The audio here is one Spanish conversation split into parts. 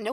No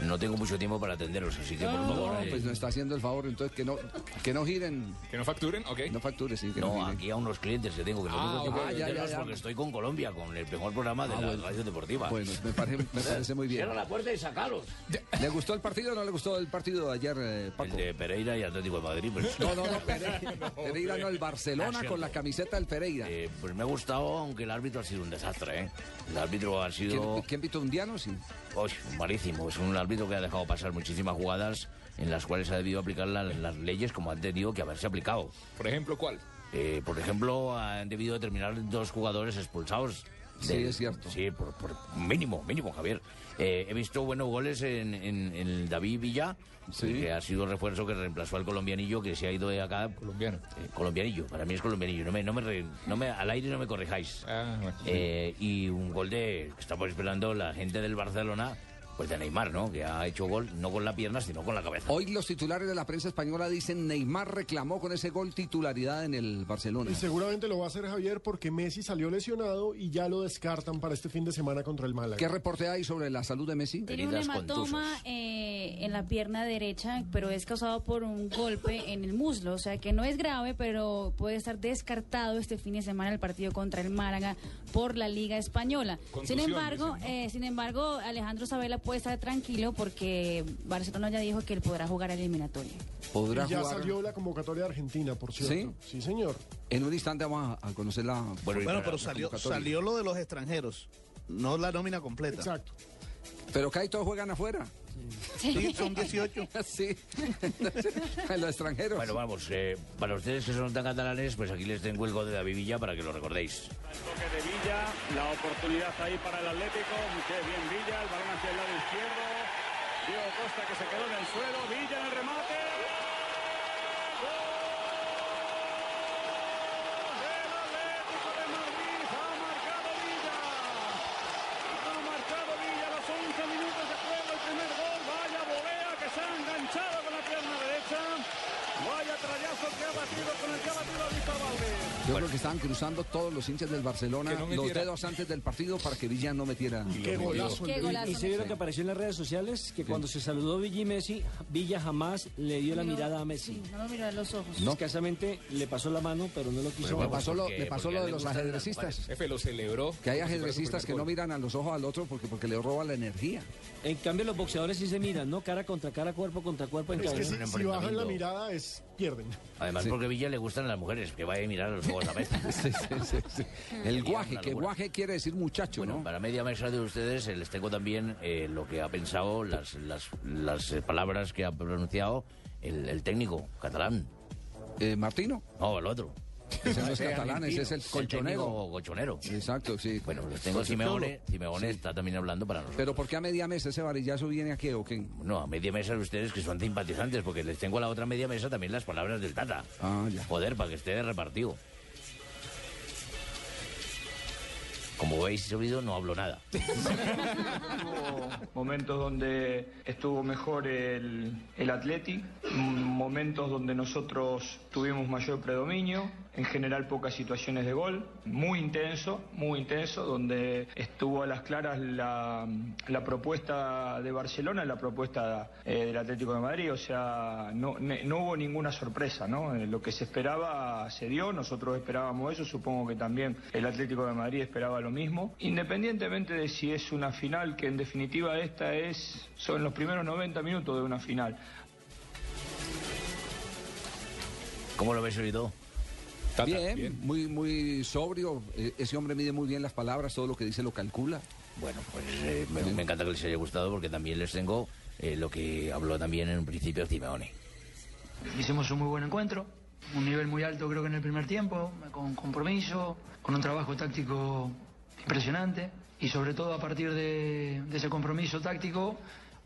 no tengo mucho tiempo para atenderos, así que por favor. No, eh, pues no está haciendo el favor, entonces que no, que no giren, Que no facturen, ok. no factures, sí, que no, no, ah. giren. aquí a unos clientes que tengo que no Ah, tengo tiempo ok, para ya, ya, atenderos ya. Ah, porque estoy con Colombia, con el mejor programa de la radio deportiva. Bueno, me parece, me parece muy bien. Cierra la puerta y sacalos. ¿Le gustó el partido o no le gustó el partido de ayer, eh, El Paco? de Pereira y Atlético de Madrid. Pues, No, no, no, Pereira, Pereira no, el Barcelona con la camiseta del Pereira. Ah, eh, pues me ha gustado, aunque el árbitro ha sido un desastre. ¿eh? El árbitro ha sido ¿Quién, quién pitó un diano? Sí. uy, malísimo. Es un árbitro que ha dejado pasar muchísimas jugadas en las cuales ha debido aplicar la- las leyes como han tenido que haberse aplicado. Por ejemplo, ¿cuál? Eh, por ejemplo, han debido determinar dos jugadores expulsados. Sí, es cierto. Sí, por, por mínimo, mínimo, Javier. Eh, he visto buenos goles en, en- en el David Villa, Sí. que ha sido el refuerzo que reemplazó al colombianillo que se ha ido de acá. Colombiano. Eh, colombianillo, para mí es colombianillo. No me, no me, re- no me- al aire no me corrijáis. Ah, bueno. Eh, y un gol de que estamos esperando la gente del Barcelona, pues de Neymar, ¿no? Que ha hecho gol no con la pierna, sino con la cabeza. Hoy los titulares de la prensa española dicen Neymar reclamó con ese gol titularidad en el Barcelona. Y seguramente lo va a hacer Javier porque Messi salió lesionado y ya lo descartan para este fin de semana contra el Málaga. ¿Qué reporte hay sobre la salud de Messi? Tiene un Heridas hematoma contusas. eh, en la pierna derecha, pero es causado por un golpe en el muslo. O sea que no es grave, pero puede estar descartado este fin de semana el partido contra el Málaga por la Liga Española. Sin Contusión, embargo, dicen, eh, sin embargo, Alejandro Sabela puede estar tranquilo porque Barcelona ya dijo que él podrá jugar el eliminatoria. Y ¿Podrá ya jugar? salió la convocatoria de Argentina, por cierto. ¿Sí? señor. En un instante vamos a, a conocer la... Bueno, y Bueno, para- pero salió, convocatoria. salió lo de los extranjeros, no la nómina completa. Exacto. Pero que ahí todos juegan afuera. Sí, son 18. Sí. en los extranjeros. Bueno, vamos, eh, para ustedes que son tan catalanes, pues aquí les tengo el gol de David Villa para que lo recordéis. El toque de Villa, la oportunidad ahí para el Atlético, qué bien Villa, el balón hacia el lado izquierdo, Diego Costa que se quedó en el suelo, Villa en el remate. ¡Gol del Atlético de Madrid! ¡Ha marcado Villa! ¡Ha marcado Villa a los 11 minutos de juego el primer gol! ¡Vaya volea que se ha enganchado con la pierna derecha! ¡Vaya trayazo que ha batido con el que ha batido a Víctor Valdés! Yo creo que estaban cruzando todos los hinchas del Barcelona Que no los metiera. dedos antes del partido para que Villa no metiera. Qué golazo. Qué el de- golazo. Y se vieron que apareció en las redes sociales que cuando se saludó Villa y Messi, Villa jamás le dio la Miró- mirada a Messi. sí, no lo miró a los ojos. No. Escasamente le pasó la mano, pero no lo quiso. Le Vamos, pasó lo, porque- le pasó porque a lo él de le los gustan las ajedrecistas. Jefe, lo celebró. Que hay como si fuera su ajedrecistas que primer no gol. miran a los ojos al otro porque, porque le roban la energía. En cambio, los boxeadores sí se miran, ¿no? Cara contra cara, cuerpo contra cuerpo. En Es que cadena. si, un si bajan enfrentamiento. la mirada, es pierden. Además, porque a Villa le gustan las mujeres, que vaya a mirar a los ojos a vez. Sí, sí, sí, sí. El Sería guaje, una que locura. guaje quiere decir muchacho, Bueno, ¿no? para media mesa de ustedes eh, les tengo también eh, lo que ha pensado, las, las, las, eh, palabras que ha pronunciado el, el técnico catalán. Eh, Martino, No, el otro. ese no es Ese catalán, ese es el argentino, colchonero. técnico colchonero. Exacto, sí. Bueno, les tengo a Simeone. Simeone está también hablando para nosotros. Pero ¿por qué a media mesa ese varillazo viene aquí o qué? No, a media mesa de ustedes que son simpatizantes, porque les tengo a la otra media mesa también las palabras del Tata. Ah, ya. Joder, para que esté repartido. Como veis, oído, no hablo nada. momentos donde estuvo mejor el, el Atleti, m- momentos donde nosotros tuvimos mayor predominio, en general pocas situaciones de gol, muy intenso, muy intenso, donde estuvo a las claras la, la propuesta de Barcelona, y la propuesta eh, del Atlético de Madrid, o sea, no, ne- no hubo ninguna sorpresa, ¿no? Eh, Lo que se esperaba se dio, nosotros esperábamos eso, supongo que también el Atlético de Madrid esperaba lo mismo, independientemente de si es una final, que en definitiva esta es, son los primeros 90 minutos de una final. ¿Cómo lo ves, oído? Tata, Bien, muy muy sobrio. Eh, Ese hombre mide muy bien las palabras, todo lo que dice lo calcula. Bueno, pues eh, me, me encanta que les haya gustado porque también les tengo eh, lo que habló también en un principio Simeone. Hicimos un muy buen encuentro, un nivel muy alto creo que en el primer tiempo, con compromiso, con un trabajo táctico impresionante. Y sobre todo a partir de, de ese compromiso táctico,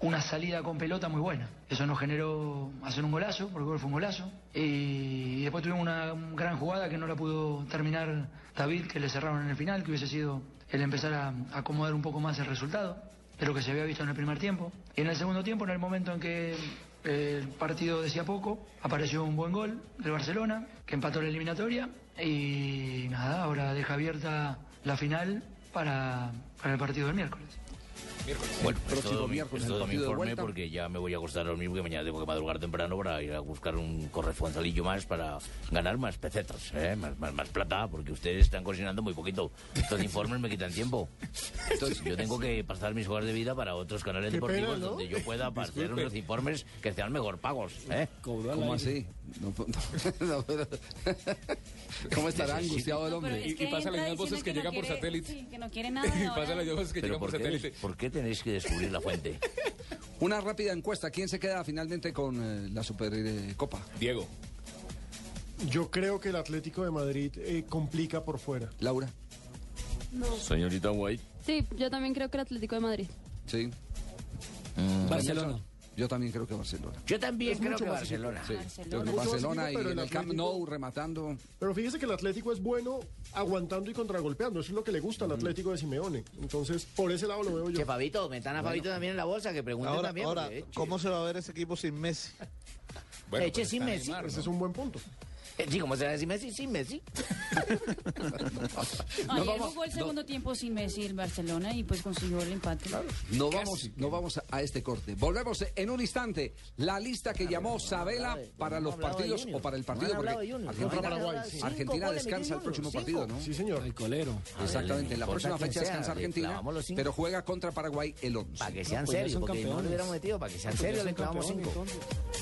una salida con pelota muy buena. Eso nos generó hacer un golazo, porque el gol fue un golazo. Y después tuvimos una gran jugada que no la pudo terminar David, que le cerraron en el final, que hubiese sido el empezar a a acomodar un poco más el resultado de lo que se había visto en el primer tiempo. Y en el segundo tiempo, en el momento en que eh, el partido decía poco, apareció un buen gol del Barcelona, que empató la eliminatoria. Y nada, ahora deja abierta la final para, para el partido del miércoles. Bueno, pues Próximo todo mi- miércoles, es todo el mi partido de informe vuelta. porque ya me voy a acostar ahora mismo que mañana tengo que madrugar temprano para ir a buscar un corresponsalillo más para ganar más pesetas, ¿eh? más, más- más plata, porque ustedes están cocinando muy poquito. Estos informes me quitan tiempo. Entonces yo tengo que pasar mis horas de vida para otros canales Qué pena, deportivos ¿no? donde yo pueda hacer unos informes que sean mejor pagos. ¿eh? Cobró al ¿Cómo aire. así? No, pues, no, no, pero- ¿Cómo estará Necesito- angustiado el No, pero hombre? es Y- y pasa entra las mismas cosas diciendo que llegan por quiere- satélite. sí, que no quiere nada. Y ahora. pasa las llamadas que Pero llegan por ¿por qué, satélite. ¿por qué tenéis que descubrir la fuente? Una rápida encuesta. ¿Quién se queda finalmente con eh, la Supercopa? Diego. Yo creo que el Atlético de Madrid eh, complica por fuera. Laura. Señorita White. Sí, yo también creo que el Atlético de Madrid. Sí. Eh, Barcelona. Yo también creo que Barcelona. Yo también creo mucho que más Barcelona. Ah, Sí. Yo creo que Mucho Barcelona y equipo, pero en el el Camp Atlético- Nou rematando. Pero fíjese que el Atlético es bueno aguantando y contragolpeando. Eso es lo que le gusta al Atlético de Simeone. Entonces, por ese lado lo veo yo. Che, Fabito, metan a Fabito también en la bolsa, que pregunten Ahora, también. ahora, porque, eh, ¿cómo se va a ver ese equipo sin Messi? Bueno, Eche pues sin está Messi. Neymar, Ese ¿no? es un buen punto. eh, Sí, ¿cómo se va a decir Messi? Sí, Messi. Pues, Nos Ayer vamos- jugó el no- segundo tiempo sin Messi el Barcelona y pues consiguió el empate. No vamos, no vamos a- a este corte. Volvemos en un instante. La lista que llamó Sabela para los partidos o para el partido. Porque Argentina, Argentina descansa el próximo partido, ¿no? Sí, señor. El colero. Exactamente. La No importa próxima quién fecha sea, descansa le Argentina, clavamos los cinco. pero juega contra Paraguay el 11. Para que sean pues ya serios, son porque no campeones. lo Pues hubiéramos metido, para que sean serios, le clavamos cinco. entonces.